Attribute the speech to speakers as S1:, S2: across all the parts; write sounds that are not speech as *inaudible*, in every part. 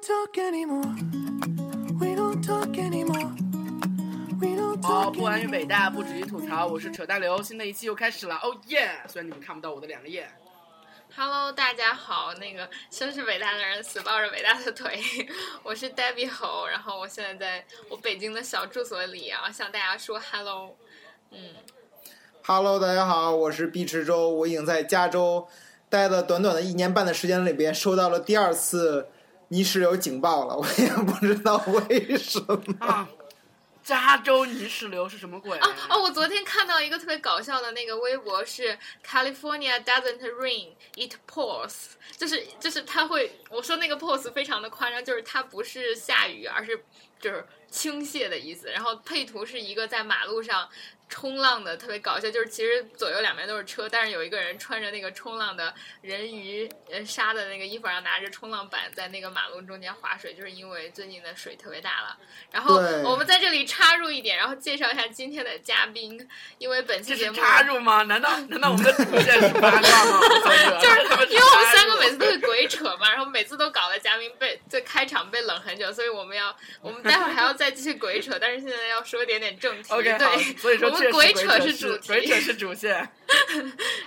S1: talk anymore. We don't talk anymore. We don't
S2: 好，
S1: talk
S2: 不安于北大，不止于吐槽，我是扯淡流，新的一期又开始了，哦耶！虽然你们看不到我的两个耶，
S3: Hello，大家好，那个身是北大的人死抱着北大的腿， *laughs* 我是 Debbie 猴，然后我现在在我北京的小住所里，然后向大家说 Hello。
S4: Hello，大家好，我是毕池洲，我已经在加州待了短短的一年半的时间里边，收到了第二次泥石流警报了，我也不知道为什么。
S2: 啊，加州泥石流是什么鬼？
S3: 哦哦，我昨天看到一个特别搞笑的那个微博是 California doesn't rain, it pours，就是就是它会，我说那个 pours 非常的夸张，就是它不是下雨，而是就是倾泻的意思。然后配图是一个在马路上冲浪的，特别搞笑，就是其实左右两边都是车，但是有一个人穿着那个冲浪的人鱼呃鲨的那个衣服，然后拿着冲浪板在那个马路中间划水，就是因为最近的水特别大了。然后
S4: 对
S3: 我们在这里插入一点，然后介绍一下今天的嘉宾，因为本期
S2: 这
S3: 节
S2: 是
S3: 目
S2: 插入吗？难
S3: *laughs*
S2: 道难道我们的主线是八卦吗？
S3: 就是因为我们三个
S2: 每
S3: 每
S2: *laughs*
S3: 次都会鬼扯嘛，然后每次都搞得嘉宾被在开场被冷很久，所以我们要我们待会儿还要再继续鬼扯，但是现在要说一点点正
S2: *laughs*
S3: 题。
S2: OK 好，
S3: 对，
S2: 所以说
S3: 我
S2: 确
S3: 们
S2: 实
S3: 鬼
S2: 扯
S3: 扯是主题
S2: 鬼扯是主线。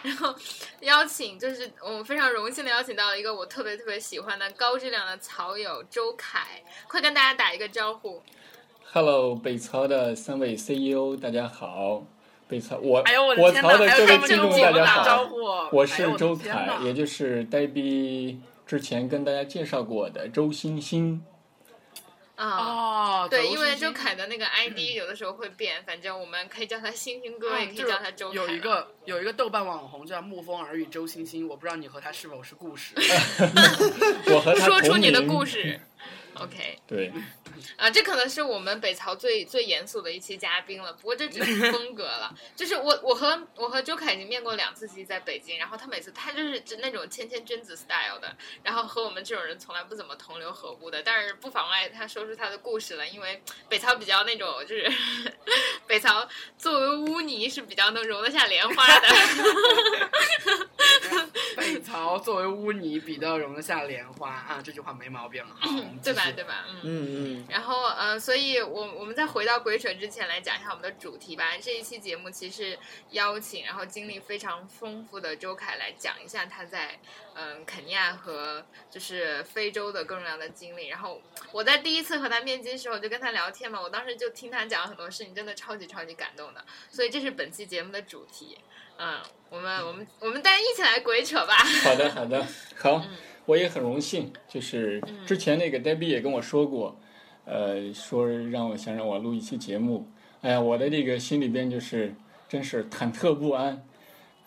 S3: 然后邀请就是我非常荣幸的邀请到了一个我特别特别喜欢的高质量的草友周凯，快跟大家打一个招呼。
S5: Hello，北曹的三位 CEO，大家好。北曹，我、
S2: 哎呦我的
S5: 我
S2: 天
S5: 曹的
S2: 哎
S5: 各
S2: 呦
S5: 位
S2: 他们
S5: 听
S2: 就
S5: 众
S2: 不
S5: 大家
S2: 打招
S5: 好，
S2: 呼，
S5: 我
S2: 哎呦
S5: 是
S2: 的
S5: 周
S2: 天
S5: 凯，
S2: 呐
S5: 也就是呆逼之前跟大家介绍过的周星星。
S3: 啊、
S2: 哦，
S3: 对，
S2: 周
S3: 因为
S2: 星
S3: 周
S2: 星
S3: 凯的那个 ID 有的时候会变，反正我们可以叫他星星哥，也
S2: 嗯
S3: 可以
S2: 就是
S3: 叫他周凯。
S2: 有一个有一个豆瓣网红叫沐风而遇周星星，我不知道你和他是否是故事。
S5: 我和他
S3: 说出
S5: 同
S3: 你的
S5: 名
S3: 故。事。OK，
S5: 对，
S3: 啊，这可能是我们北朝最最严肃的一期嘉宾了。不过这只是风格了，就是我我和我和周凯已经面过两次戏在北京，然后他每次他就是那种谦谦君子 style 的，然后和我们这种人从来不怎么同流合污的，但是不妨碍他说出他的故事了，因为北朝比较那种就是 *laughs* 北朝作为污泥是比较能容得下莲花的。
S2: 北曹作为污泥，比较容得下莲花啊，这句话没毛病啊，好我们继
S3: 对
S2: 续
S3: 吧？对吧？嗯，
S4: 嗯嗯，
S3: 然后呃，所以我我们再回到鬼扯之前来讲一下我们的主题吧。这一期节目其实邀请然后经历非常丰富的周凯来讲一下他在嗯、肯尼亚和就是非洲的各种各样的经历。然后我在第一次和他面基的时候，我就跟他聊天嘛，我当时就听他讲很多事情，真的超级超级感动的。所以这是本期节目的主题。嗯，我们我们我们大家一起来鬼扯吧。 *laughs*
S5: 好的，
S2: *laughs*
S5: 好的，好，
S2: 嗯
S5: 我也很荣幸，就是之前那个 Debbie 也跟我说过，呃，说让我想让我录一期节目，哎呀，我的这个心里边就是真是忐忑不安，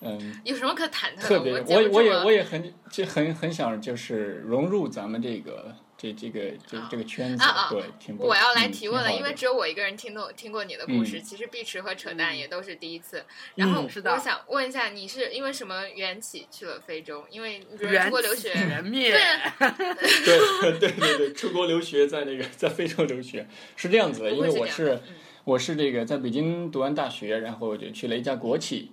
S5: 嗯，
S3: 有什么可忐忑的？
S5: 特别，
S3: 们节
S5: 我
S3: 目
S5: 也我也
S3: 这么
S5: 我也很就很很想就是融入咱们这个这这个这这个圈子，
S3: 啊啊
S5: 对，挺不
S3: 我要来
S5: 嗯
S3: 提
S5: 挺
S3: 问了，
S5: 好
S3: 因为
S5: 的
S3: 只有我一个人听懂听过你的故事。
S5: 嗯
S3: 其实碧池和扯淡也都是第一次。然
S4: 嗯
S3: 后
S2: 是的
S3: 我想问一下，你是因为什么缘起去了非洲？因为你比如说
S2: 缘
S3: 出国留
S2: 起 *laughs*
S3: 学，
S2: 缘灭
S3: 对，啊
S5: *laughs* 对对对对，出国留学在那个在非洲留学是这样子的，因为
S3: 不
S5: 我
S3: 会是这
S5: 是
S3: 样的。嗯
S5: 我是这个在北京读完大学，然后就去了一家国企，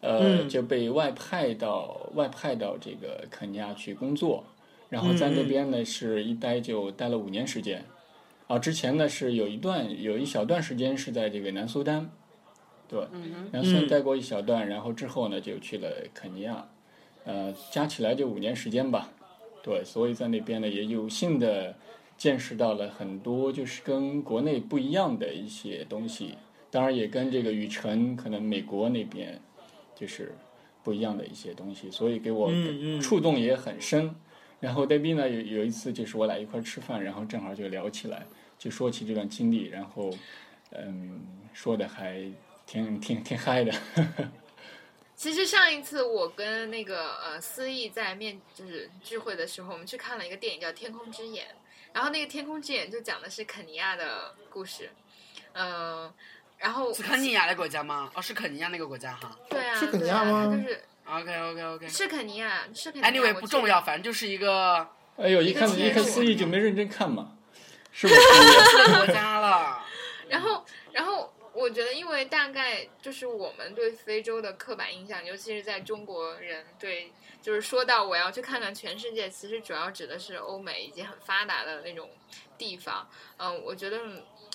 S5: 呃，
S4: 嗯
S5: 就被外派到外派到这个肯尼亚去工作，然后在那
S3: 嗯
S5: 边呢是一待就待了五年时间，啊，之前呢是有一段有一小段时间是在这个南苏丹，对，
S2: 嗯
S5: 南苏丹待过一小段，然后之后呢就去了肯尼亚，呃，加起来就五年时间吧，对，所以在那边呢也有幸的见识到了很多就是跟国内不一样的一些东西，当然也跟这个雨辰可能美国那边就是不一样的一些东西，所以给我
S4: 嗯嗯
S5: 触动也很深。然后 Debbie 呢有有一次就是我俩一块儿吃饭，然后正好就聊起来，就说起这段经历，然后嗯说的还挺挺挺嗨的， *laughs*
S3: 其实上一次我跟那个呃思义在面就是聚会的时候，我们去看了一个电影叫《天空之眼》，然后那个《天空之眼》就讲的是肯尼亚的故事，嗯、然后
S2: 是肯尼亚的国家吗？哦，是肯尼亚那个国家哈。
S3: 对啊，
S4: 是肯尼亚
S3: 对啊它
S4: 吗
S3: 就是
S2: OK OK OK。
S3: 是肯尼亚，是肯尼亚。
S2: 嗯 Anyway，
S3: 我
S2: 不
S3: 记
S2: 重
S3: 得
S2: 要，反正就是一
S3: *laughs*
S2: 个
S5: 哎呦，一看
S3: 一个
S5: 一
S3: 结
S5: 看
S3: 束
S5: 思义就没认真看嘛，是不是？ *laughs*
S2: 这个国家了。
S3: 然后，然后我我觉得，因为大概就是我们对非洲的刻板印象，尤其是在中国人对，就是说到我要去看看全世界，其实主要指的是欧美以及很发达的那种地方。嗯，我觉得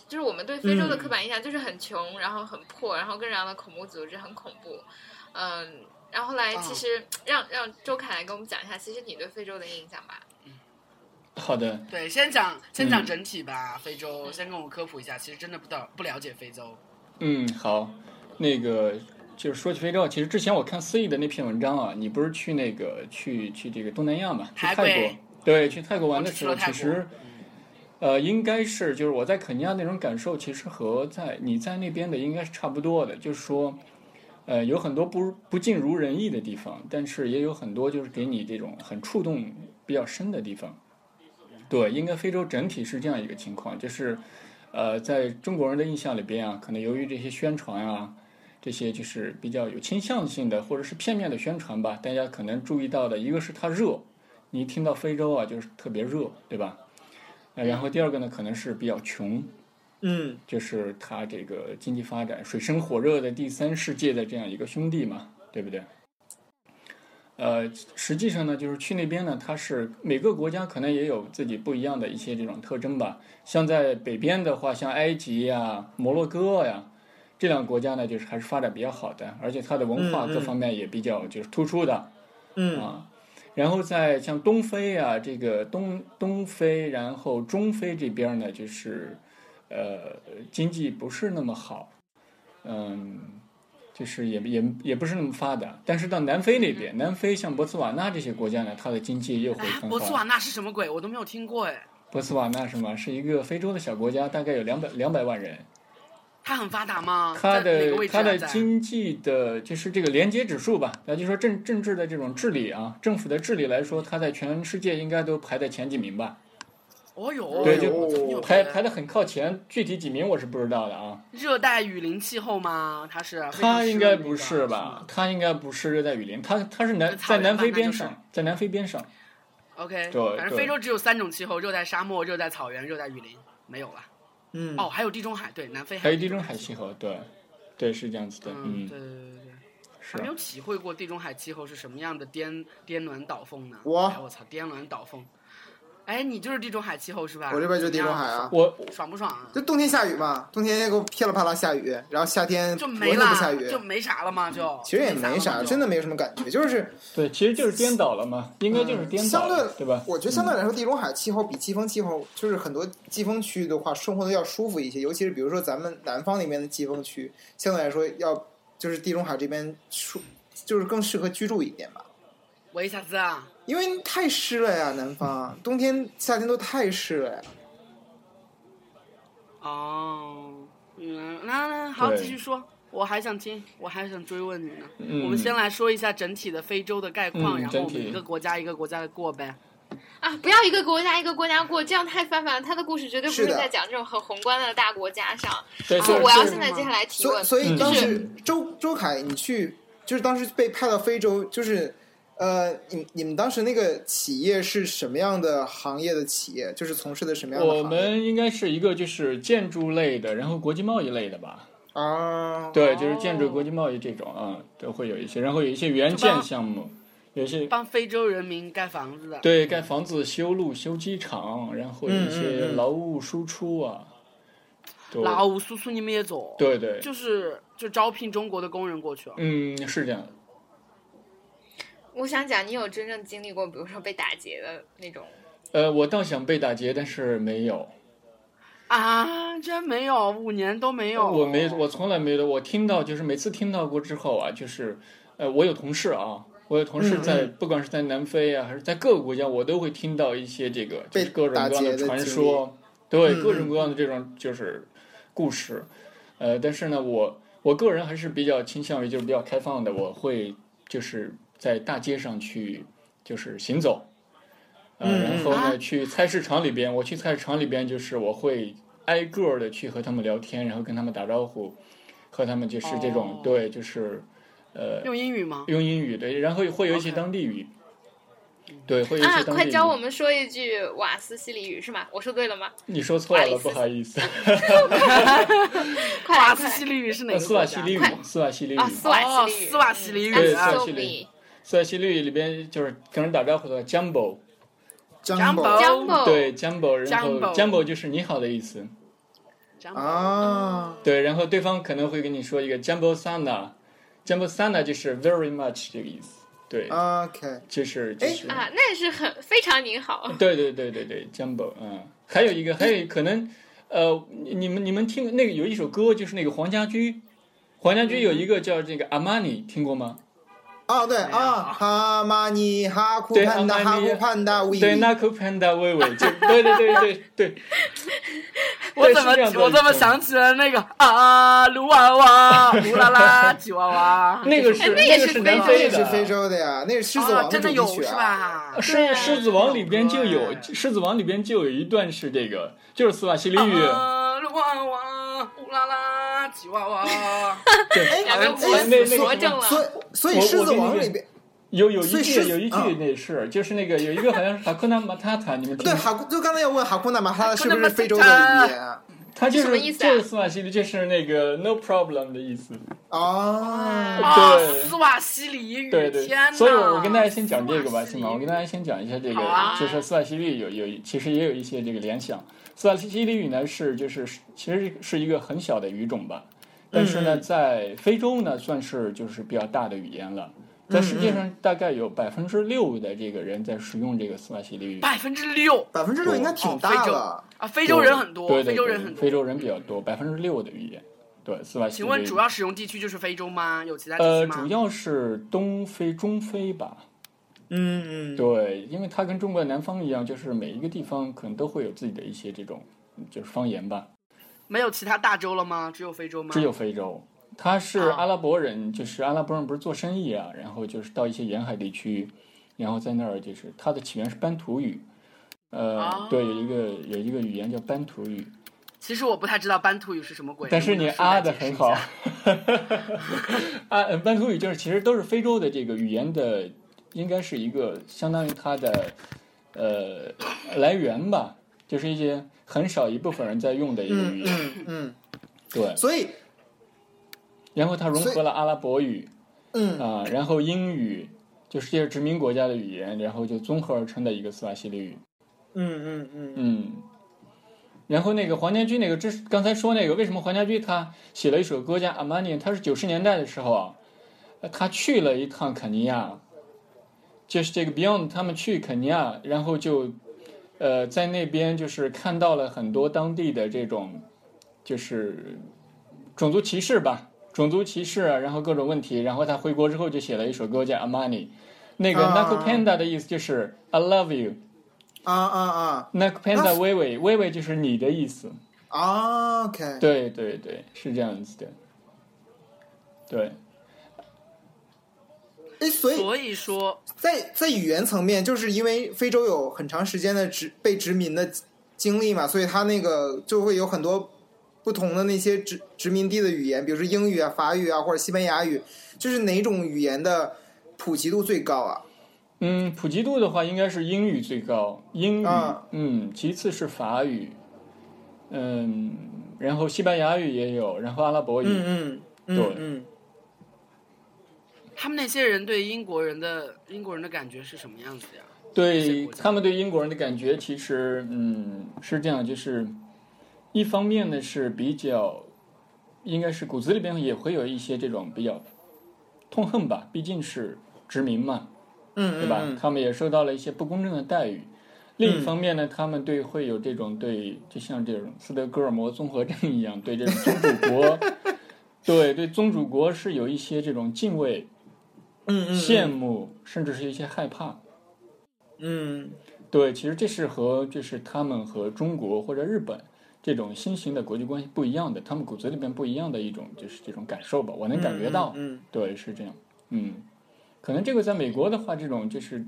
S3: 就是我们对非洲的刻板印象就是很穷，然后很破，然后各种各样的恐怖组织很恐怖。嗯，然后来其实让让周凯来给我们讲一下，其实你对非洲的印象吧。
S5: 好的，
S2: 对，先讲先讲
S5: 嗯
S2: 整体吧，非洲先跟我科普一下，其实真的不到不了解非洲。
S5: 嗯，好，那个就是说起非洲，其实之前我看思义的那篇文章啊，你不是去那个去去这个东南亚嘛，去
S2: 海
S5: 泰
S2: 北
S5: 国，对，去泰国
S2: 嗯
S5: 玩
S2: 我
S5: 的
S2: 只去
S5: 时候，
S2: 了泰
S5: 其
S2: 国嗯
S5: 实呃，应该是就是我在肯尼亚那种感受，其实和在你在那边的应该是差不多的，就是说。呃，有很多不不尽如人意的地方，但是也有很多就是给你这种很触动比较深的地方。对，应该非洲整体是这样一个情况，就是，呃，在中国人的印象里边啊，可能由于这些宣传啊，这些就是比较有倾向性的或者是片面的宣传吧，大家可能注意到的一个是它热，你一听到非洲啊就是特别热，对吧？呃，然后第二个呢，可能是比较穷，
S4: 嗯
S5: 就是它这个经济发展水深火热的第三世界的这样一个兄弟嘛，对不对？呃，实际上呢，就是去那边呢，它是每个国家可能也有自己不一样的一些这种特征吧。像在北边的话，像埃及呀、摩洛哥呀这两个国家呢，就是还是发展比较好的，而且它的文化
S4: 嗯嗯
S5: 各方面也比较就是突出的。
S4: 嗯
S5: 啊。然后在像东非啊，这个东东非，然后中非这边呢，就是呃经济不是那么好，嗯，就是也也也不是那么发达。但是到南非那边，南非像博茨瓦纳这些国家呢，它的经济又会
S2: 哎，
S5: 很
S2: 博茨瓦
S5: 好。
S2: 纳是什么鬼？我都没有听过哎，
S5: 博茨瓦纳是吗？是一个非洲的小国家，大概有两百两百万人。
S2: 它很发达吗？
S5: 它
S2: 在哪个
S5: 的
S2: 位置、啊、
S5: 它的
S2: 在
S5: 经济的，就是这个廉洁指数吧，那就说政政治的这种治理啊，政府的治理来说，它在全世界应该都排在前几名吧，
S2: 哦哟，哦
S5: 对就
S2: 我怎么没有
S5: 排
S2: 觉得
S5: 排的很靠前，具体几名我是不知道的啊。
S2: 热带雨林气候吗？它是啊非常
S5: 它应该不
S2: 湿润
S5: 是
S2: 的啊
S5: 吧？它应该不是热带雨林，它它是南
S2: 那草
S5: 在
S2: 原
S5: 南
S2: 吧
S5: 非
S2: 那
S5: 边
S2: 就是
S5: 上，在南非边上。
S2: ？OK，
S5: 对
S2: 反正
S5: 对
S2: 非洲只有三种气候：热带沙漠、热带草原、热带雨林，没有了。
S4: 嗯
S2: 哦，还有地中海，对，南非
S5: 还有
S2: 地
S5: 地中海气候，对，对是这样子的，
S2: 嗯，
S5: 嗯，
S2: 对对对对对，
S5: 是啊
S2: 还没有体会过地中海气候是什么样的颠颠鸾倒凤呢？
S4: 我
S2: 哎我操，颠鸾倒凤！哎，你就是地中海气候是吧？
S4: 我这边就是地中海啊，
S5: 我
S2: 爽不爽啊？
S4: 就冬天下雨嘛，冬天给我噼里啪啦下雨，然后夏天
S2: 就
S4: 我
S2: 没
S4: 也
S2: 了
S4: 不下雨，，
S2: 就没啥了吗？就
S4: 其实也没
S2: 了
S4: 啥，
S2: 吗就
S4: 真的没有什么感觉，就是
S5: 对其实就是颠倒了嘛，应该
S2: 嗯
S5: 就是颠倒
S4: 相对
S5: 了，对吧？
S4: 我觉得相对来说，地中海气候比季风气候，就是很多季风区的话，生活的要舒服一些。尤其是比如说咱们南方那边的季风区，相对来说要就是地中海这边舒，就是更适合居住一点吧。
S2: 维萨斯啊，
S4: 因为太湿了呀，南方冬天、夏天都太湿了呀。
S2: 哦，嗯，那那好，
S5: 对
S2: 继续说，我还想听，我还想追问你呢。
S5: 嗯
S2: 我们先来说一下整体的非洲的概况，
S5: 嗯
S2: 然后我
S5: 整体
S2: 们一个国家一个国家的过呗。
S3: 啊，不要一个国家一个国家过，这样太泛泛了。他的故事绝对不
S4: 是
S3: 是
S4: 的
S3: 在讲这种很宏观的大国家上。
S5: 对，
S2: 啊
S3: 然
S5: 就
S3: 后
S5: 是
S3: 我要
S5: 就是
S3: 现在接下来提
S4: 所
S3: 问，
S4: 所以当时
S5: 嗯
S4: 周周凯，你去就是当时被派到非洲，就是呃，你你们当时那个企业是什么样的行业的企业？就是从事的什么样的行业？
S5: 我们应该是一个就是建筑类的，然后国际贸易类的吧。
S4: 啊，
S5: 对，就是建筑、国际贸易这种啊，都会有一些，然后有一些援建项目，
S4: 哦
S5: 有一些
S2: 帮非洲人民盖房子的，
S5: 对盖房子、修路、修机场，然后有一
S4: 嗯嗯
S5: 些
S4: 嗯
S5: 劳务输出啊，对
S2: 老乌苏苏你们也走，
S5: 对对，
S2: 就是就招聘中国的工人过去哦。
S5: 嗯，是这样的。
S3: 我想讲你有真正经历过，比如说被打劫的那种。
S5: 呃，我倒想被打劫，但是没有，
S2: 啊，居然没有，五年都没有，哦
S5: 我没，我从来没有。我听到就是每次听到过之后啊，就是，呃，我有同事啊，我有同事
S2: 嗯
S5: 在，不管是在南非啊，还是在各个国家，我都会听到一些这个就
S4: 被
S5: 是各种各样
S4: 打劫的
S5: 传
S4: 经历
S5: 说，对
S4: 嗯
S5: 各种各样的这种就是故事。呃，但是呢，我我个人还是比较倾向于就是比较开放的，我会就是在大街上去就是行走。呃，
S4: 嗯
S5: 然后
S2: 啊
S5: 呢，去菜市场里边，我去菜市场里边，就是我会挨个的去和他们聊天，然后跟他们打招呼，和他们就是这种、
S2: 哦
S5: 对，就是呃
S2: 用英语吗？
S5: 用英语的，然后会有一些
S2: OK
S5: 当地语对，会一
S3: 啊
S5: 些，当
S3: 快
S5: 地
S3: 教我
S5: 语。
S3: 们说一句瓦斯西里语是吗？我说对了吗？
S5: 你说错
S3: 瓦利
S5: 了，
S3: 斯
S5: 不好意思。
S3: 快
S2: 瓦
S3: 来
S2: 斯
S3: 快
S2: 西
S3: 来
S2: 里语是哪个
S5: 那斯
S2: 国
S5: 瓦
S2: 家
S5: 西里语
S3: 快，
S5: 斯瓦西里语，
S3: 啊，斯瓦西里
S2: 哦
S3: 语，
S2: 斯瓦西里语
S5: 对
S3: 嗯
S5: 斯瓦
S3: I'm so
S5: 西里
S3: me
S5: 斯瓦西里语里边就是跟人打招呼的 “jumbo”，
S4: Jumbo
S2: Jumbo
S3: Jumbo
S5: 对 “jumbo”，然后
S2: Jumbo
S5: “jumbo” 就是你好的意思，
S2: 张博
S4: 啊，
S5: 对，然后对方可能会跟你说一个 “jumbo sana”，“jumbo sana” 就是 “very much” 这个意思，对，
S4: OK，
S5: 就是就
S4: 啊哎
S5: 是，
S3: 啊，那也是很非常您好，
S5: *laughs* 对对对对对，jumbo，嗯，还有一个，还有一个可能，呃，你你们你们听那个有一首歌，就是那个黄家驹，黄家驹有一个叫这个阿玛尼，听过吗？
S4: 哦对
S2: 没有
S4: 啊，哈玛尼哈库
S5: 对
S4: 潘达
S5: 哈
S4: 哈
S5: 玛尼
S4: 库潘达维，
S5: 对，Naku Panda 微微，就对对对对对，
S2: 我
S5: 对
S2: 怎么
S5: 是这样的
S2: 我怎么想起了那个啊卢娃娃卢啦啦吉娃娃
S5: *laughs* 那个是
S3: 哎那也
S5: 个
S3: 是非
S5: 是南
S3: 洲
S4: 那
S5: 非
S4: 也
S5: 的，
S4: 是非洲的呀，那是狮子
S2: 啊
S4: 王
S2: 真的
S4: 主
S2: 有
S4: 题曲
S2: 是
S4: 啊。
S2: 吧？
S3: 对啊
S5: 呃狮狮子王里边就有
S2: 哎，
S5: 狮子王里边就有一段是这个，就是斯瓦西里语，
S2: 啊卢娃娃乌啦啦吉娃
S5: *laughs*
S2: 娃，啊
S5: 对，
S3: 两个
S4: 哎
S3: 我
S4: 那那个
S3: 佐证
S4: 所
S3: 了，
S4: 以所以
S5: 我
S4: 狮
S5: 我
S4: 子
S5: 跟你
S4: 王
S5: 讲
S4: 里边
S5: 有有一
S4: 所以狮
S5: 句
S4: 子
S5: 有一句
S4: 啊
S5: 那是，就是那个有一个好像是 Hakuna Matata，你们听
S4: 对哈库，就刚才要问哈库纳马哈是
S2: Hakuna
S4: 不是
S2: Matata
S4: 非洲的语言啊？
S5: 他就是
S3: 什么意思啊
S5: 就是斯瓦西里，就是那个 no problem 的意思。
S2: 嗯
S3: 嗯
S4: 哦，
S2: 啊
S5: 对
S2: 斯瓦西里语，
S5: 对对
S2: 天，哪！
S5: 所以我我跟大家先讲这个吧，
S2: 斯瓦西
S5: 行
S2: 里
S5: 吗？我跟大家先讲一下这个，
S2: 好啊
S5: 就是斯瓦西里有有其实也有一些这个联想。斯瓦西里语呢是就是其实是一个很小的语种吧，但是呢，
S4: 嗯
S5: 在非洲呢算是就是比较大的语言了。在世界上大概有百分之六的这个人在使用这个斯瓦西里语，
S2: 百分之六
S4: 百分之六应该挺
S2: 哦
S4: 大
S2: 非洲
S4: 的。
S2: 啊，非洲人很多
S5: 对，
S2: 非
S5: 对
S2: 洲
S5: 对
S2: 人很
S5: 非
S2: 多。
S5: 洲人比较多，百分之六的语言，对斯瓦西里语。
S2: 请问主要使用地区就是非洲吗？有其他地
S5: 呃，
S2: 区
S5: 主
S2: 吗？
S5: 要是东非、中非吧，
S4: 嗯嗯，
S5: 对，因为它跟中国南方一样，就是每一个地方可能都会有自己的一些这种就是方言吧。
S2: 没有其他大洲了吗？只有非洲吗？
S5: 只有非洲，它是
S2: 啊
S5: 阿拉伯人，就是阿拉伯人不是做生意啊，然后就是到一些沿海地区，然后在那儿就是它的起源是班图语。呃，
S2: 哦
S5: 对，有一个有一个语言叫班图语，
S2: 其实我不太知道班图语是什么鬼，
S5: 但是你
S2: 能不能
S5: 啊
S2: 顺带
S5: 的
S2: 解释
S5: 很
S2: 一
S5: 好
S2: 下。*laughs*
S5: *laughs* 啊，呃班图语就是其实都是非洲的这个语言的，应该是一个相当于它的呃来源吧，就是一些很少一部分人在用的一个
S4: 嗯
S5: 语言。
S4: 嗯嗯，
S5: 对，
S4: 所以
S5: 然后它融
S4: 所以
S5: 合了阿拉伯语
S4: 嗯
S5: 啊、然后英语，就世界殖民国家的语言，然后就综合而成的一个斯瓦西里语。
S4: 嗯嗯嗯，
S5: 嗯，然后那个黄家驹那个，这是刚才说那个，为什么黄家驹他写了一首歌叫《阿玛尼》，他是九十年代的时候啊，呃他去了一趟肯尼亚，就是这个 Beyond 他们去肯尼亚，然后就呃在那边就是看到了很多当地的这种就是种族歧视吧。种族歧视啊，然后各种问题，然后他回国之后就写了一首歌叫《阿玛尼》，那个 n a
S4: 啊
S5: k o Panda 的意思就是 I love you，
S4: 啊啊
S5: n a k panda 微微，微微就是你的意思。
S4: 啊，OK，
S5: 对对对，是这样子的。对，
S4: 哎，所以
S2: 所以说，
S4: 在在语言层面，就是因为非洲有很长时间的殖被殖民的经历嘛，所以它那个就会有很多不同的那些殖殖民地的语言，比如说英语啊、法语啊，或者西班牙语，就是哪种语言的普及度最高啊？
S5: 嗯，普及度的话应该是英语最高，英语，
S4: 啊
S5: 嗯，其次是法语，嗯，然后西班牙语也有，然后阿拉伯语，
S4: 嗯嗯
S5: 对
S4: 嗯嗯，
S2: 他们那些人对英国人的英国人的感觉是什么样子呀？这些
S5: 对
S2: 国家
S5: 他们对英国人的感觉，其实嗯是这样，就是一方面呢是比较，应该是骨子里边也会有一些这种比较痛恨吧，毕竟是殖民嘛，
S4: 嗯嗯
S5: 对吧？
S4: 嗯
S5: 他们也受到了一些不公正的待遇。另一
S4: 嗯
S5: 方面呢，他们对会有这种对，就像这种斯德哥尔摩综合症一样，对这种宗主国，
S4: *laughs*
S5: 对对宗主国是有一些这种敬畏、
S4: 嗯嗯，
S5: 羡慕，甚至是一些害怕。
S4: 嗯
S5: 对，其实这是和就是他们和中国或者日本这种新型的国际关系不一样的，他们骨子里边不一样的一种就是这种感受吧，我能感觉到，
S4: 嗯
S5: 对，是这样，嗯，可能这个在美国的话，这种就是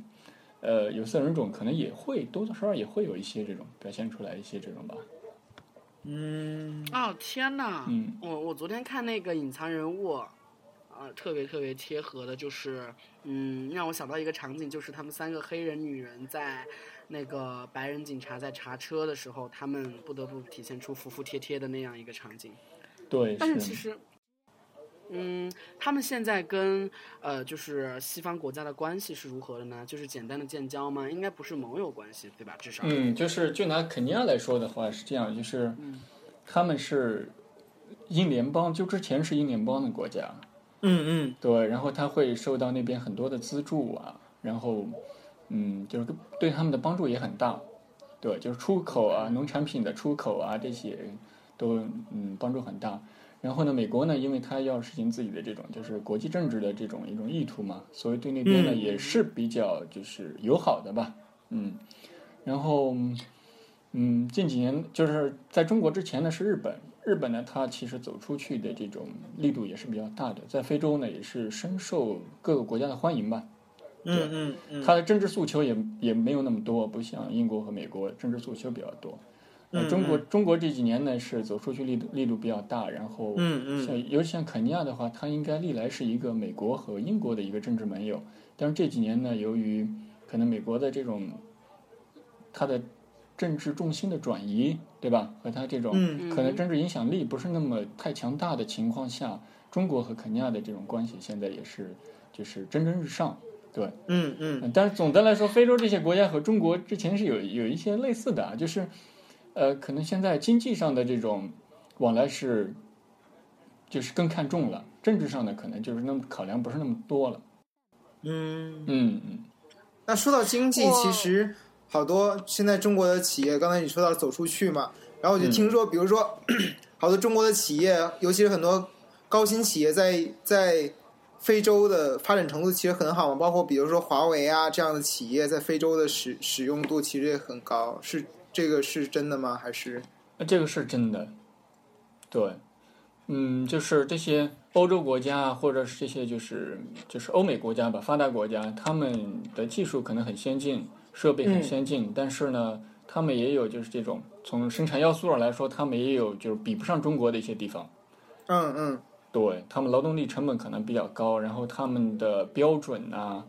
S5: 呃有色人种可能也会多多少少也会有一些这种表现出来一些这种吧，
S4: 嗯嗯
S2: 哦天哪！
S5: 嗯
S2: 我我昨天看那个《隐藏人物》，啊、呃特别特别贴合的，就是嗯，让我想到一个场景，就是他们三个黑人女人在那个白人警察在查车的时候，他们不得不体现出服服帖帖的那样一个场景。
S5: 对，
S2: 但是其实，嗯，他们现在跟呃，就是西方国家的关系是如何的呢？就是简单的建交吗？应该不是盟友关系，对吧？至少，
S5: 嗯，就是就拿肯尼亚来说的话是这样，就是
S2: 嗯
S5: 他们是英联邦，就之前是英联邦的国家，
S4: 嗯嗯，
S5: 对，然后他会受到那边很多的资助啊，然后嗯，就是对他们的帮助也很大，对，就是出口啊，农产品的出口啊这些都嗯帮助很大。然后呢，美国呢，因为它要实行自己的这种就是国际政治的这种一种意图嘛，所以对那边呢
S4: 嗯
S5: 也是比较就是友好的吧，嗯，然后嗯，近几年就是在中国之前呢是日本，日本呢它其实走出去的这种力度也是比较大的，在非洲呢也是深受各个国家的欢迎吧，
S4: 嗯嗯嗯，
S5: 它的政治诉求也也没有那么多，不像英国和美国政治诉求比较多。呃，
S4: 嗯
S5: 中国
S4: 嗯
S5: 中国这几年呢是走出去力度力度比较大，然后
S4: 嗯嗯
S5: 像尤其像肯尼亚的话，它应该历来是一个美国和英国的一个政治盟友，但是这几年呢，由于可能美国的这种它的政治重心的转移，对吧？和它这种
S4: 嗯
S5: 可能政治影响力不是那么太强大的情况下，中国和肯尼亚的这种关系现在也是就是蒸蒸日上，对。
S4: 嗯嗯
S5: 嗯但是总的来说，非洲这些国家和中国之前是有有一些类似的啊，就是，呃，可能现在经济上的这种往来是，就是更看重了，政治上的可能就是那么考量不是那么多了。
S4: 嗯。
S5: 嗯嗯，
S4: 那说到经济，
S3: 哇
S4: 其实好多现在中国的企业，刚才你说到走出去嘛，然后我就听说，比如说 *clears throat* 好多中国的企业，尤其是很多高新企业在在非洲的发展程度其实很好嘛，包括比如说华为啊这样的企业在非洲的使使用度其实也很高，是这个是真的吗？还是
S5: 呃这个是真的，对，嗯，就是这些欧洲国家啊或者是这些就是就是欧美国家吧，发达国家，他们的技术可能很先进，设备很
S4: 嗯
S5: 先进，但是呢，他们也有就是这种从生产要素上来说，他们也有就是比不上中国的一些地方。
S4: 嗯嗯
S5: 对他们劳动力成本可能比较高，然后他们的标准啊，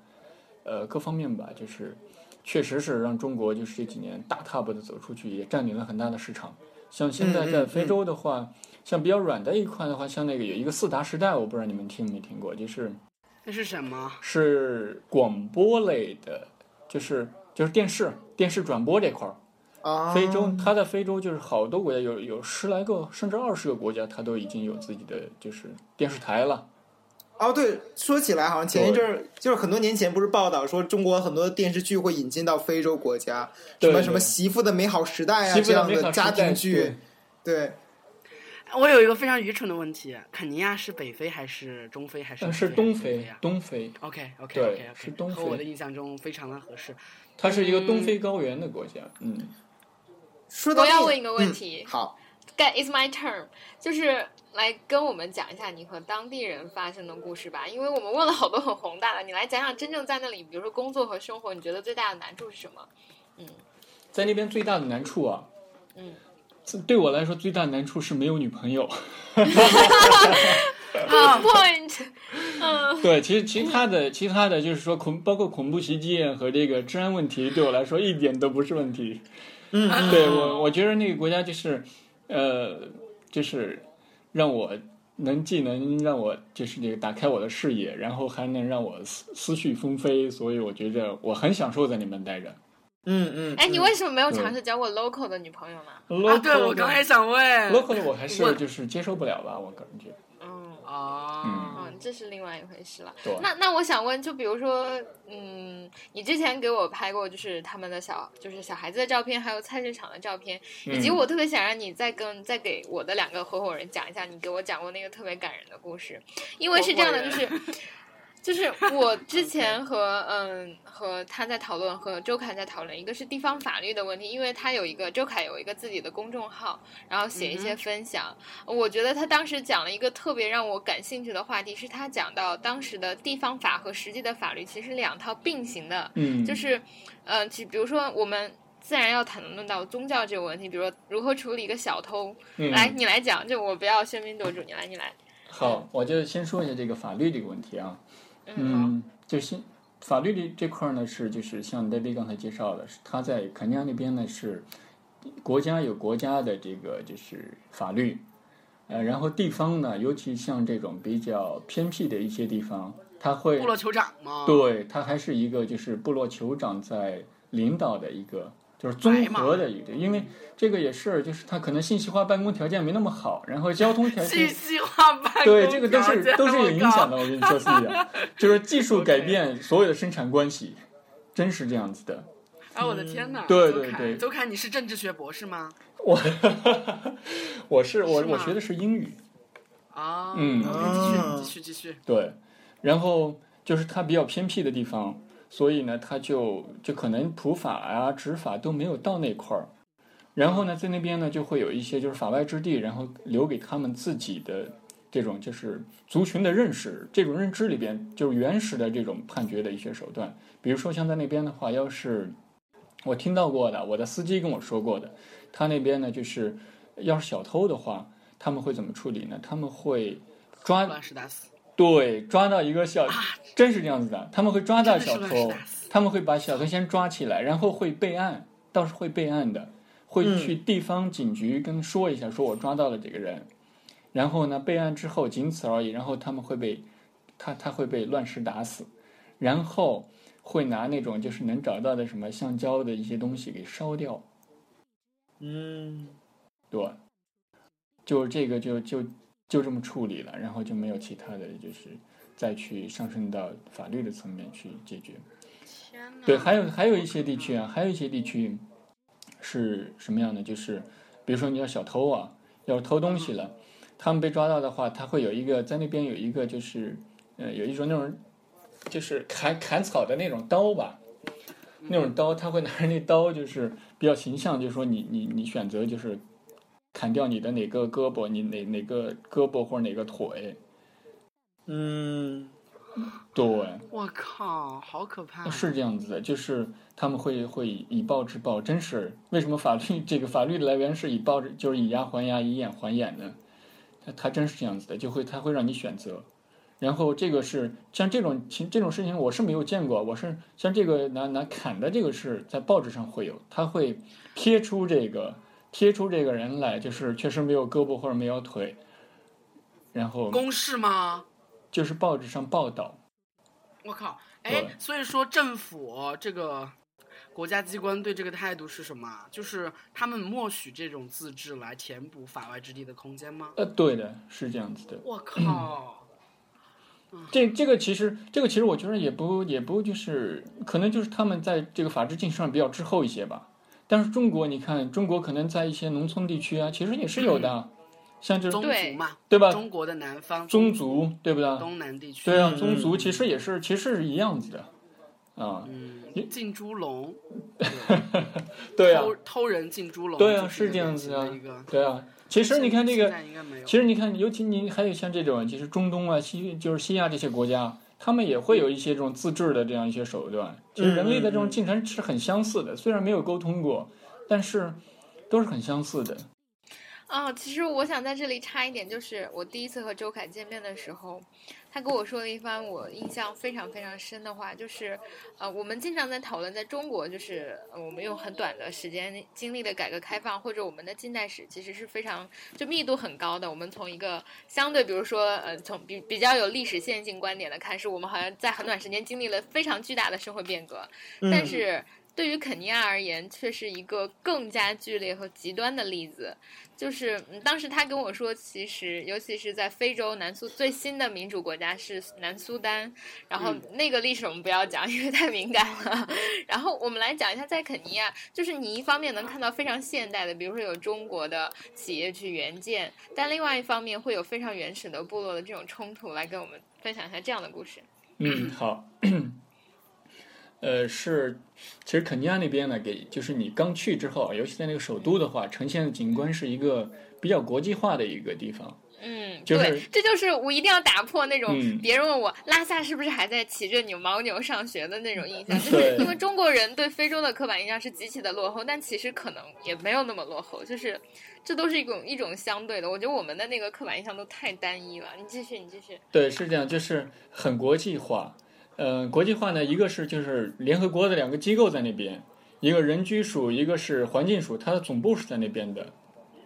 S5: 呃，各方面吧，就是确实是让中国就是这几年大踏步的走出去，也占领了很大的市场。像现在
S4: 嗯嗯
S5: 在非洲的话，像比较软的一块的话，像那个有一个四达时代，我不知道你们听没听过，就是
S2: 那是什么？
S5: 是广播类的，就是就是电视电视转播这块儿。
S4: 啊，
S5: 非洲，它在非洲就是好多国家有有十来个甚至二十个国家，它都已经有自己的就是电视台了。
S4: 哦，对，说起来好像前一阵儿就是很多年前不是报道说中国很多电视剧会引进到非洲国家，什
S5: 对
S4: 么
S5: 对
S4: 什么《媳妇的美好时代》啊
S5: 媳妇
S4: 这
S5: 的
S4: 样
S5: 美好
S4: 的
S5: 时
S4: 家
S5: 代
S4: 庭剧
S5: 对，
S4: 对，
S2: 我有一个非常愚蠢的问题：肯尼亚是北非还是中非还是
S5: 呃
S2: 南
S5: 是
S2: 非
S5: 东
S2: 还是南
S5: 非
S2: 啊，
S5: 东非，
S2: ？OK OK
S5: 对
S2: OK OK，
S5: 是东
S2: 和
S5: 非
S2: 我的印象中非常的合适。
S5: 它是一个东非高原的国家。嗯，
S4: 说到
S3: 我要
S4: 另
S3: 问一个问题
S4: 嗯、好，
S3: ，Get is my turn，就是来跟我们讲一下你和当地人发生的故事吧，因为我们问了好多很宏大的，你来讲讲真正在那里，比如说工作和生活，你觉得最大的难处是什么？
S5: 在那边最大的难处啊，
S3: 嗯，
S5: 对我来说最大的难处是没有女朋友。
S3: Good point，
S5: 对，其实其他的其他的就是说恐包括恐怖袭击啊和这个治安问题，对我来说一点都不是问题。
S4: 嗯嗯
S5: 对我我觉得那个国家就是，呃，就是让我能既能让我就是这个打开我的视野，然后还能让我思思绪纷飞，所以我觉着我很享受在那边待着。
S4: 嗯嗯，
S3: 哎，你为什么没有
S5: 对
S3: 尝试交过 local 的女朋友呢？
S2: 啊，
S5: local
S2: 对，我
S5: 的
S2: 刚才想问。
S5: local 的我还是
S2: 我
S5: 就是接受不了吧，我感觉。
S3: 嗯。
S2: 哦，
S3: 嗯，这是另外一回事了
S5: 对。
S3: 那那我想问，就比如说，嗯，你之前给我拍过就是他们的小就是小孩子的照片，还有菜市场的照片，以及
S5: 嗯
S3: 我特别想让你再跟再给我的两个合伙人讲一下，你给我讲过那个特别感人的故事，因为是这样的，
S2: 合
S3: 就
S2: 伙
S3: 是。就是我之前和嗯和他在讨论，和周凯在讨论，一个是地方法律的问题，因为他有一个周凯有一个自己的公众号，然后
S2: 嗯
S3: 写一些分享。我觉得他当时讲了一个特别让我感兴趣的话题，是他讲到当时的地方法和实际的法律其实两套并行的，
S5: 嗯，
S3: 就是，呃，就比如说我们自然要谈论到宗教这个问题，比如说如何处理一个小偷。来，
S5: 嗯，
S3: 你来讲，就我不要喧宾夺主，你来，你来。
S5: 好，我就先说一下这个法律这个问题啊。
S3: 嗯，
S5: 嗯，就先法律这这块儿呢是就是像 Daddy 刚才介绍的，是他在肯尼亚那边呢是国家有国家的这个就是法律，呃，然后地方呢，尤其像这种比较偏僻的一些地方，它会
S2: 部落酋长嘛，
S5: 对，它还是一个就是部落酋长在领导的一个，就是综
S2: 白嘛
S5: 合的一个，因为这个也是，就是它可能信息化办公条件没那么好，然后交通条
S2: 信
S5: 件，
S2: 息化办公
S5: 对，这个都
S2: 条
S5: 是
S2: 件
S5: 都是有
S2: 我
S5: 影
S2: 靠
S5: 响的。我跟你说，思怡，就是技术改
S2: *laughs*
S5: 变所有的生产关系，真是这样子的。
S2: 哎，我的天哪！
S5: 嗯对
S2: 邹
S5: 对
S2: 凯
S5: 对
S2: 邹凯，你是政治学博士吗？ *laughs*
S5: 我 *laughs* 我是我
S2: 是吗
S5: 我学的是英语，
S2: 啊，
S5: 嗯
S2: OK，继续，继续，继续。
S5: 对，然后就是它比较偏僻的地方，所以呢，它就就可能普法啊、执法都没有到那块儿。然后呢，在那边呢，就会有一些就是法外之地，然后留给他们自己的这种就是族群的认识，这种认知里边就是原始的这种判决的一些手段。比如说像在那边的话，要是我听到过的，我的司机跟我说过的，他那边呢就是要是小偷的话，他们会怎么处理呢？他们会抓
S2: 乱石打死，
S5: 对，抓到一个小，真是这样子的，他们会抓到
S2: 啊
S5: 小
S2: 真的是乱
S5: 偷
S2: 石打死，
S5: 他们会把小偷先抓起来，然后会备案，倒是会备案的，
S2: 嗯
S5: 会去地方警局跟说一下，说我抓到了这个人，然后呢备案之后仅此而已，然后他们会被他他会被乱石打死，然后会拿那种就是能找到的什么橡胶的一些东西给烧掉，
S4: 嗯，
S5: 对，就这个就就就这么处理了，然后就没有其他的就是再去上升到法律的层面去解决。
S3: 天哪！
S2: 嗯
S5: 对，还有还有一些地区啊，还有一些地区是什么样的？就是比如说你要小偷啊，要是偷东西了，他们被抓到的话，他会有一个在那边有一个就是呃有一种那种就是砍砍草的那种刀吧。那种刀，他会拿着那刀，就是比较形象，就是说你你你选择就是砍掉你的哪个胳膊，你哪哪个胳膊或者哪个腿，
S4: 嗯，
S5: 对，
S2: 我靠，好可怕！
S5: 是这样子的，就是他们会会以暴制暴，真是为什么法律这个法律的来源是以暴制，就是以牙还牙，以眼还眼呢？他他真是这样子的，就会他会让你选择。然后这个是像这种情这种事情，我是没有见过，我是像这个拿拿砍的这个是在报纸上会有，他会贴出这个贴出这个人来，就是确实没有胳膊或者没有腿，然后
S2: 公示吗？
S5: 就是报纸上报道。
S2: 我靠！哎
S5: 对，
S2: 所以说政府这个国家机关对这个态度是什么啊？就是他们默许这种自治来填补法外之地的空间吗？
S5: 呃，对的，是这样子的。
S2: 我靠！
S5: 这这个其实，这个其实我觉得也不也不就是，可能就是他们在这个法治进程上比较滞后一些吧。但是中国，你看，中国可能在一些农村地区啊，其实也是有的，像这
S2: 宗
S5: 种
S2: 族嘛，
S5: 嗯对吧？
S2: 中国的南方
S5: 宗族对不对？
S2: 东南地区，
S5: 对啊，
S4: 嗯
S5: 宗族其实也是其实是一样子的，啊，
S2: 嗯，进猪
S5: *laughs*
S2: 笼，
S5: 对啊，
S2: 偷偷人进猪笼，
S5: 对啊，
S2: 就是一个
S5: 这样
S2: 典
S5: 子
S2: 型
S5: 啊
S2: 的一个，
S5: 对啊。其实你看这
S2: 现
S5: 个，
S2: 在应该没有
S5: 其实你看，尤其你还有像这种，就是中东啊、西就是西亚这些国家，他们也会有一些这种自治的这样一些手段。其实人类的这种进程是很相似的，虽然没有沟通过，但是都是很相似的。
S3: 啊、其实我想在这里插一点，就是我第一次和周凯见面的时候，他跟我说了一番我印象非常非常深的话，就是，呃，我们经常在讨论，在中国，就是呃我们用很短的时间经历的改革开放，或者我们的近代史，其实是非常就密度很高的。我们从一个相对，比如说，呃，从比比较有历史线性观点的看，是我们好像在很短时间经历了非常巨大的社会变革，
S4: 嗯
S3: 但是。对于肯尼亚而言，却是一个更加剧烈和极端的例子。就是嗯当时他跟我说，其实尤其是在非洲南苏最新的民主国家是南苏丹，然后那个历史我们不要讲，因为太敏感了。 *laughs* 然后我们来讲一下在肯尼亚，就是你一方面能看到非常现代的，比如说有中国的企业去援建，但另外一方面会有非常原始的部落的这种冲突，来跟我们分享一下这样的故事。
S5: 嗯，好。呃，是，其实肯尼亚那边呢，给就是你刚啊去之后，尤其在那个首都的话，呈现的景观是一个比较国际化的一个地方。
S3: 嗯，
S5: 就是
S3: 对，这就是我一定要打破那种
S5: 嗯
S3: 别人问我拉萨是不是还在骑着牛牦牛上学的那种印象，就是
S5: 对
S3: 因为中国人对非洲的刻板印象是极其的落后，但其实可能也没有那么落后，就是这都是一种一种相对的。我觉得我们的那个刻板印象都太单一了。你继续，你继续。
S5: 对，是这样，就是很国际化。嗯、国际化呢，一个是就是联合国的两个机构在那边，一个人居署，一个是环境署，它的总部是在那边的，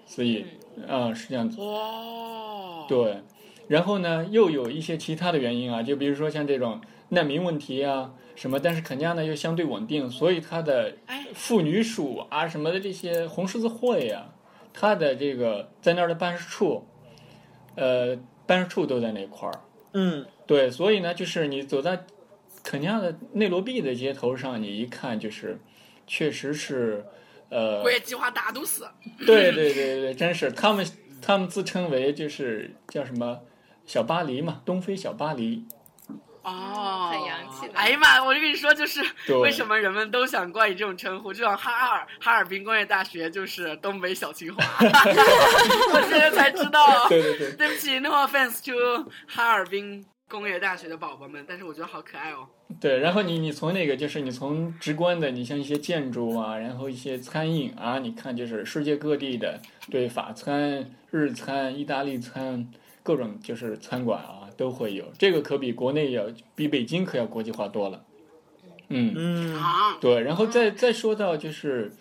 S5: 所以啊、是这样子。
S2: 哦，
S5: 对，然后呢，又有一些其他的原因啊，就比如说像这种难民问题啊什么，但是肯尼亚呢又相对稳定，所以它的
S2: 哎
S5: 妇女署啊什么的这些红十字会啊，它的这个在那儿的办事处，呃，办事处都在那块儿。
S4: 嗯，
S5: 对，所以呢，就是你走在肯尼亚的内罗毕的街头上，你一看就是，确实是，呃
S2: 我，也计划打都死。
S5: 对对对对，真是他们他们自称为就是叫什么小巴黎嘛，东非小巴黎。
S2: 哦，
S3: 嗯很洋气的
S2: 哎呀妈，我就跟你说，就是
S5: 对
S2: 为什么人们都想冠以这种称呼，就像哈尔哈尔滨工业大学就是东北小清华， *laughs* 我现在才知道。
S5: 对对对
S2: 对不起，no offense to 哈尔滨工业大学的宝宝们，但是我觉得好可爱哦。
S5: 对，然后你你从那个就是你从直观的，你像一些建筑啊，然后一些餐饮啊，你看就是世界各地的，对法餐、日餐、意大利餐。各种就是餐馆啊，都会有。这个可比国内要比北京可要国际化多了。嗯，
S4: 嗯，
S2: 啊，
S5: 对，然后再再说到就是，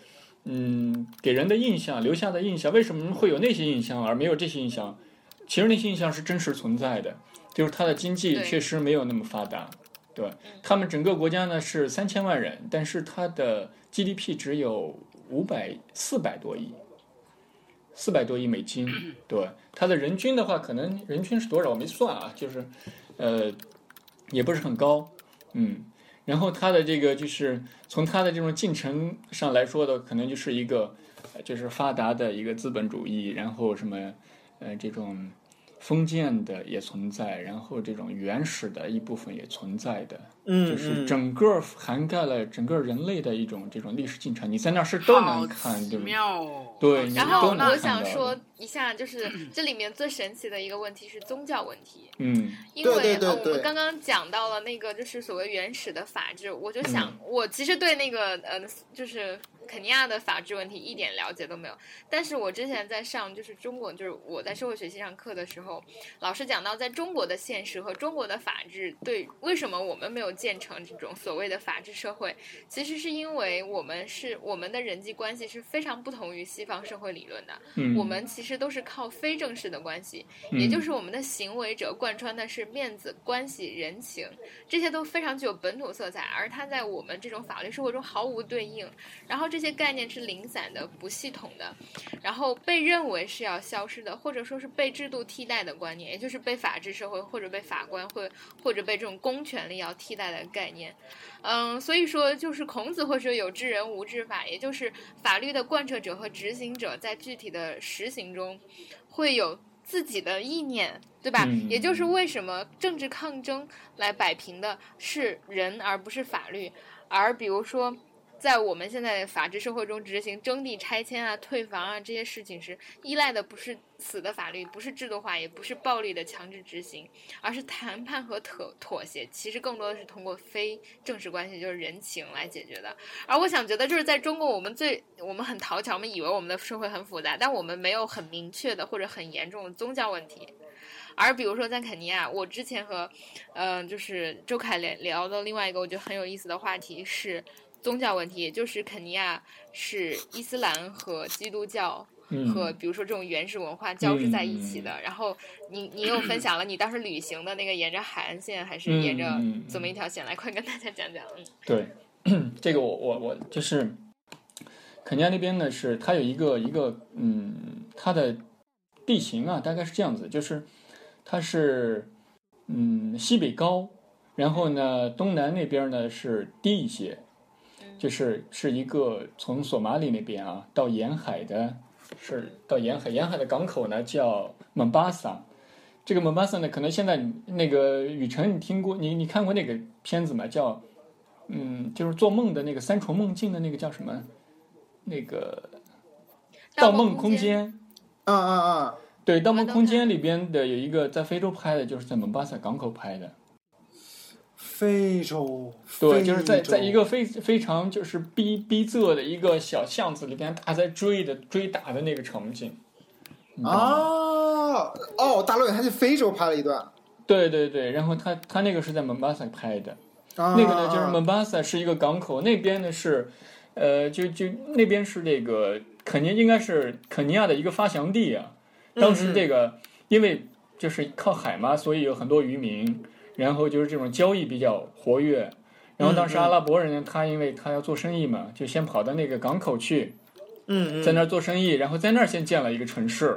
S5: 嗯，给人的印象留下的印象，为什么会有那些印象而没有这些印象？其实那些印象是真实存在的，就是它的经济
S3: 对
S5: 确实没有那么发达。对他们整个国家呢是三千万人，但是它的 GDP 只有五百四百多亿，四百多亿美金。对它的人均的话，可能人均是多少我没算啊，就是，呃，也不是很高，嗯。然后它的这个就是从它的这种进程上来说的，可能就是一个，呃就是发达的一个资本主义，然后什么，呃，这种封建的也存在，然后这种原始的一部分也存在的，
S4: 嗯
S5: 就是整个涵盖了整个人类的一种这种历史进程。你在那儿是都
S2: 好
S5: 能看，
S2: 奇
S5: 对不对？
S2: 妙哦。
S5: 对
S2: 好奇
S5: 你
S3: 然
S2: 妙
S3: 后
S5: 嗯都能
S3: 我
S5: 看
S3: 想
S5: 到
S3: 说一下，就是这里面最神奇的一个问题是宗教问题。
S5: 嗯，
S3: 因为
S4: 对对对
S3: 呃我
S4: 对
S3: 们刚刚讲到了那个就是所谓原始的法治，我就想，
S4: 嗯
S3: 我其实对那个呃，就是肯尼亚的法治问题一点了解都没有。但是我之前在上就是中国，就是我在社会学系上课的时候，老师讲到在中国的现实和中国的法治对为什么我们没有建成这种所谓的法治社会，其实是因为我们是我们的人际关系是非常不同于西方社会理论的。
S5: 嗯
S3: 我们其实都是靠非正式的关系，也就是我们的行为者贯穿的是面子、关系、人情，这些都非常具有本土色彩，而它在我们这种法律社会中毫无对应。然后这些概念是零散的、不系统的，然后被认为是要消失的，或者说是被制度替代的观念，也就是被法治社会或者被法官会或者被这种公权力要替代的概念。嗯，所以说就是孔子会说有治人无治法，也就是法律的贯彻者和执行者在具体的实行中会有自己的意念，对吧？
S5: 嗯
S3: 也就是为什么政治抗争来摆平的是人而不是法律，而比如说。在我们现在法治社会中执行征地拆迁啊、退房啊这些事情时，依赖的不是死的法律，不是制度化，也不是暴力的强制执行，而是谈判和妥妥协，其实更多的是通过非正式关系，就是人情来解决的。而我想觉得，就是在中国，我们最我们很讨巧，我们以为我们的社会很复杂，但我们没有很明确的或者很严重的宗教问题。而比如说在肯尼亚，我之前和，嗯、就是周凯聊聊的另外一个我觉得很有意思的话题是宗教问题，也就是肯尼亚是伊斯兰和基督教
S5: 嗯
S3: 和比如说这种原始文化交织在一起的。然后你你又分享了你当时旅行的那个沿着海岸线还是沿着
S5: 嗯嗯嗯
S3: 怎么一条线来，快跟大家讲讲。嗯，
S5: 对，这个我我我就是肯尼亚那边呢，是它有一个一个嗯，它的地形啊，大概是这样子，就是它是嗯西北高，然后呢东南那边呢是低一些，嗯就是是一个从索马里那边啊到沿海的，是到沿海沿海的港口呢叫蒙巴萨。这个蒙巴萨呢，可能现在那个雨辰，你听过你你看过那个片子吗？叫嗯，就是做梦的那个三重梦境的那个叫什么？那个《盗
S3: 梦
S5: 梦空
S3: 间，
S5: 间》
S4: 啊啊啊，
S5: 对，《盗梦空间》里边的有一个在非洲拍的，就是在蒙巴萨港口拍的，
S4: 非洲，
S5: 对，
S4: 非
S5: 就是在
S4: 洲
S5: 在一个非非常就是逼逼仄的一个小巷子里边，大家在追的追打的那个场景。嗯你知道吗，
S4: 啊哦，大老远他去非洲拍了一段，
S5: 对对对，然后他他那个是在蒙巴萨拍的，
S4: 啊、
S5: 那个呢就是 Mombasa 是一个港口，那边呢是，呃，就就那边是这个肯尼应该是肯尼亚的一个发祥地
S4: 嗯
S5: 啊。当时这个、因为就是靠海嘛，所以有很多渔民，然后就是这种交易比较活跃。然后当
S4: 嗯
S5: 时阿拉伯人呢，他因为他要做生意嘛，就先跑到那个港口去，
S4: 嗯
S5: 在
S4: 嗯
S5: 那儿做生意，然后在那儿先建了一个城市。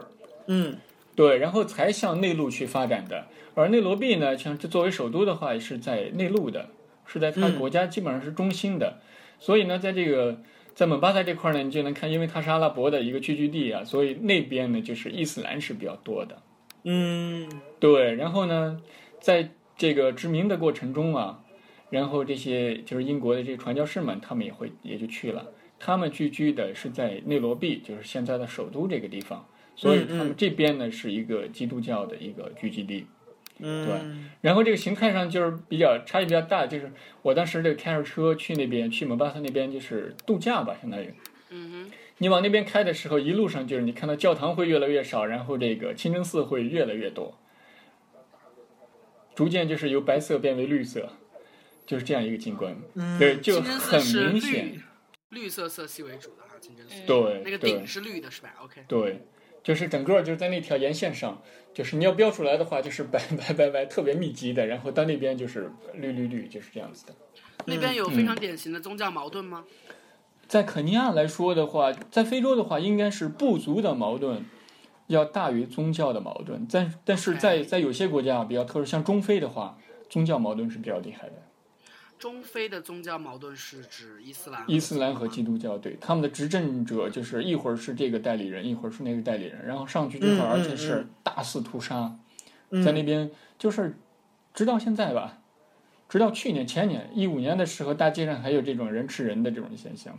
S4: 嗯
S5: 对，然后才向内陆去发展的。而内罗毕呢，像这作为首都的话，是在内陆的，是在它国家基本上是中心的。所以呢，在这个在蒙巴萨这块呢，你就能看，因为它是阿拉伯的一个聚居地啊，所以那边呢就是伊斯兰是比较多的。
S4: 嗯
S5: 对，然后呢，在这个殖民的过程中啊，然后这些就是英国的这些传教士们，他们也会也就去了。他们聚居的是在内罗毕，就是现在的首都这个地方，所以他
S4: 嗯
S5: 们这边呢是一个基督教的一个聚集地。
S4: 嗯，
S5: 然后这个形态上就是比较差异比较大，就是我当时这个开着车去那边，去蒙巴萨那边就是度假吧，相当于。
S2: 嗯
S5: 你往那边开的时候，一路上就是你看到教堂会越来越少，然后这个清真寺会越来越多，逐渐就是由白色变为绿色，就是这样一个景观。
S4: 嗯
S5: 对，
S2: 哼，
S5: 就
S2: 清真寺
S5: 很
S2: 是
S5: 明显
S2: 绿，绿色色系为主的哈，清真寺
S5: 对
S2: 那个
S5: 对
S2: 顶是绿的是吧？OK，
S5: 对，就是整个就是在那条沿线上，就是你要标出来的话，就是白白白白特别密集的，然后到那边就是绿绿绿，就是这样子的。
S2: 那
S5: 嗯
S2: 边有非常典型的宗教矛盾吗？
S5: 在肯尼亚来说的话，在非洲的话，应该是部族的矛盾要大于宗教的矛盾，但但是在
S2: OK
S5: 在有些国家啊比较特殊，像中非的话，宗教矛盾是比较厉害的，
S2: 中非的宗教矛盾是指伊斯兰、
S5: 伊斯兰和基督教对他们的执政者就是一会儿是这个代理人，一会儿是那个代理人，然后上去之
S4: 嗯嗯
S5: 后，
S4: 嗯
S5: 而且是大肆屠杀，在那边就是直到现在吧。直到去年、前年、一五年的时候，大街上还有这种人吃人的这种现象。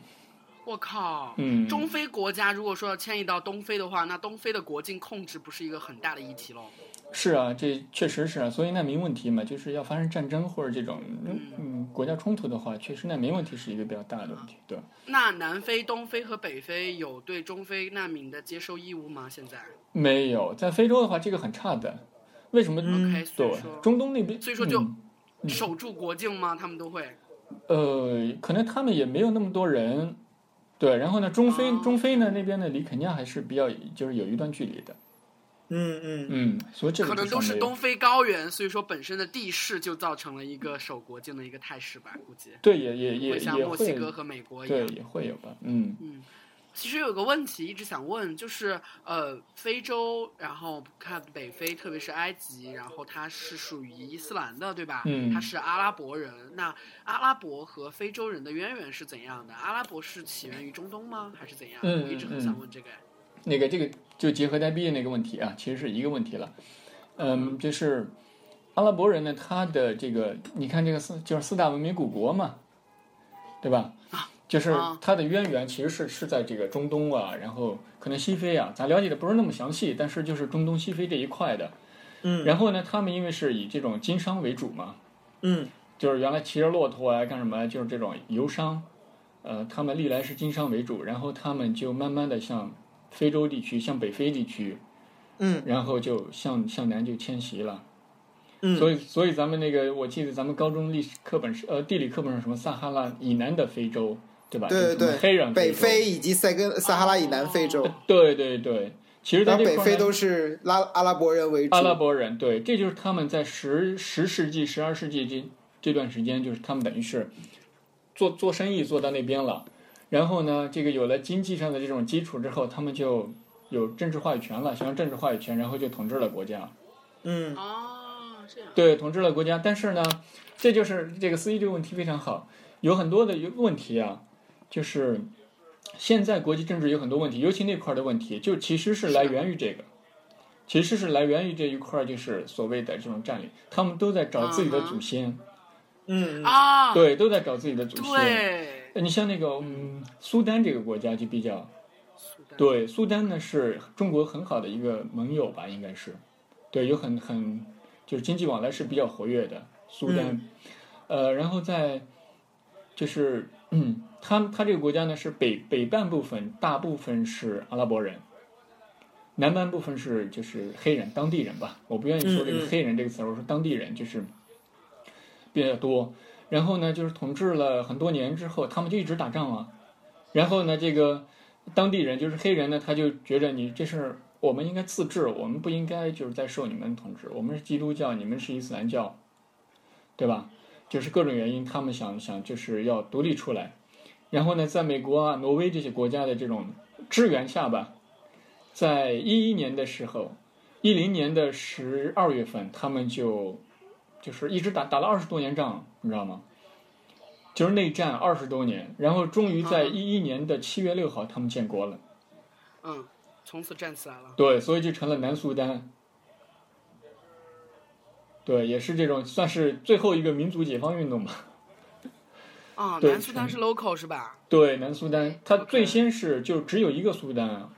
S2: 我靠，
S5: 嗯，
S2: 中非国家如果说要迁移到东非的话，那东非的国境控制不是一个很大的议题喽？
S5: 是啊，这确实是啊，所以难民问题嘛，就是要发生战争或者这种嗯嗯国家冲突的话，确实难民问题是一个比较大的问
S2: 嗯
S5: 题，对吧。
S2: 那南非、东非和北非有对中非难民的接收义务吗？现在
S5: 没有，在非洲的话，这个很差的，为什么？
S2: 嗯
S5: 嗯
S2: ，OK，所以
S5: 对
S2: 说，
S5: 中东那边，
S2: 所以说就
S5: 嗯
S2: 守住国境吗？他们都会。
S5: 呃，可能他们也没有那么多人，对。然后呢，中非
S2: 哦
S5: 中非呢那边呢离肯尼亚还是比较就是有一段距离的，
S4: 嗯嗯
S5: 嗯，所以这个
S2: 可能
S5: 就
S2: 都
S5: 没
S2: 是
S5: 有
S2: 东非高原，所以说本身的地势就造成了一个守国境的一个态势吧，估计
S5: 对也也也
S2: 会像
S5: 也
S2: 墨西
S5: 会
S2: 哥和美国一
S5: 对
S2: 样。
S5: 也会有吧，嗯
S2: 嗯，其实有个问题一直想问，就是呃，非洲，然后看北非，特别是埃及，然后它是属于伊斯兰的，对吧？
S5: 嗯
S2: 它是阿拉伯人。那阿拉伯和非洲人的渊源是怎样的？阿拉伯是起源于中东吗？还是怎样？
S5: 嗯
S2: 我一直很
S5: 嗯
S2: 想问这个。
S5: 那个这个就结合代币那个问题啊，其实是一个问题了。嗯，就是阿拉伯人呢，他的这个你看这个四就是四大文明古国嘛，对吧？就是
S2: 啊
S5: 它的渊源其实是是在这个中东啊，然后可能西非啊，咱了解的不是那么详细，但是就是中东西非这一块的。
S4: 嗯
S5: 然后呢，他们因为是以这种经商为主嘛，
S4: 嗯
S5: 就是原来骑着骆驼啊，干什么，就是这种游商，呃，他们历来是经商为主，然后他们就慢慢的向非洲地区、向北非地区，
S4: 嗯
S5: 然后就向向南就迁徙了。
S4: 嗯，
S5: 所
S4: 以
S5: 以，所以咱们那个，我记得咱们高中历史课本是呃地理课本上什么撒哈拉以南的非洲，对吧？
S4: 对
S5: 就什么
S4: 对
S5: 黑人
S4: 北非
S5: 非
S4: 以及塞根撒哈拉以南非洲，
S5: 洲，对对对，其实
S4: 然后
S5: 在哦这
S4: 北
S5: 块
S4: 非
S5: 呢
S4: 都是拉阿拉伯人为主
S5: 阿，拉伯人，对，这就是他们在十十世纪、十二世纪这这段时间，就是他们等于是做做生意做到那边了，然后呢，这个有了经济上的这种基础之后，他们就有政治话语权了，想要政治话语权，然后就统治了国家，
S4: 嗯
S2: 哦，这样。
S5: 对，统治了国家。但是呢，这就是这个司机这个问题非常好，有很多的问题啊，就是现在国际政治有很多问题，尤其那块儿的问题，就其实是来源于这个，其实是来源于这一块儿，就是所谓的这种占领，他们都在找自己的祖先，
S4: 嗯嗯
S2: 啊，
S5: 对，都在找自己的祖先。
S2: 对，
S5: 呃你像那个嗯，苏丹这个国家就比较，
S2: 苏丹，
S5: 对，苏丹呢是中国很好的一个盟友吧，应该是，对，有很很就是经济往来是比较活跃的苏丹，呃，然后在就是嗯，他他这个国家呢是北北半部分大部分是阿拉伯人，南半部分是就是黑人当地人吧，我不愿意说这
S4: 嗯
S5: 个
S4: 嗯
S5: 黑人这个词儿，我说当地人就是比较多。然后呢，就是统治了很多年之后，他们就一直打仗啊。然后呢，这个当地人就是黑人呢，他就觉得你这是我们应该自治，我们不应该就是在受你们统治。我们是基督教，你们是伊斯兰教，对吧？就是各种原因，他们想想就是要独立出来。然后呢，在美国啊、挪威这些国家的这种支援下吧，在一一年的时候，一零年的十二月份，他们就就是一直打打了二十多年仗，你知道吗？就是内战二十多年，然后终于在
S2: 嗯
S5: 一一年的七月六号，他们建国了。
S2: 嗯，从此站起来了。
S5: 对，所以就成了南苏丹。对，也是这种算是最后一个民族解放运动吧。
S2: 啊，
S5: 对
S2: 南苏丹是 local 是吧？
S5: 对，南苏丹，它最
S2: OK
S5: 先是就只有一个苏丹啊。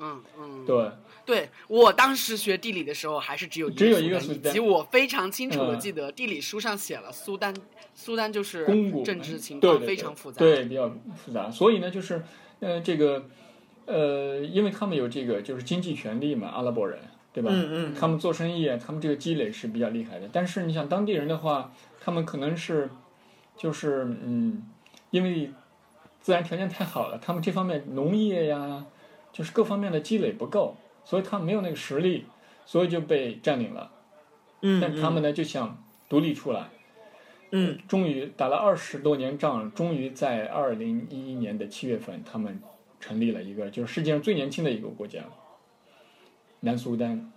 S2: 嗯嗯，
S5: 对，
S2: 对我当时学地理的时候，还是只有
S5: 只有一个
S2: 苏
S5: 苏
S2: 丹，以
S5: 丹
S2: 及我非常清楚的
S5: 嗯
S2: 记得地理书上写了苏丹，苏丹就是
S5: 公国
S2: 政治情
S5: 对
S2: 况
S5: 对对
S2: 非常复杂。
S5: 对，比较复杂。所以呢，就是呃，这个呃，因为他们有这个就是经济权利嘛，阿拉伯人对吧？
S4: 嗯嗯
S5: 他们做生意，啊，他们这个积累是比较厉害的。但是你想当地人的话，他们可能是就是嗯，因为自然条件太好了，他们这方面农业呀，就是各方面的积累不够，所以他们没有那个实力，所以就被占领了。
S4: 嗯，
S5: 但他们呢就想独立出来。
S4: 嗯
S5: 终于打了二十多年仗，终于在二零一一年的七月份，他们成立了一个就是世界上最年轻的一个国家——南苏丹。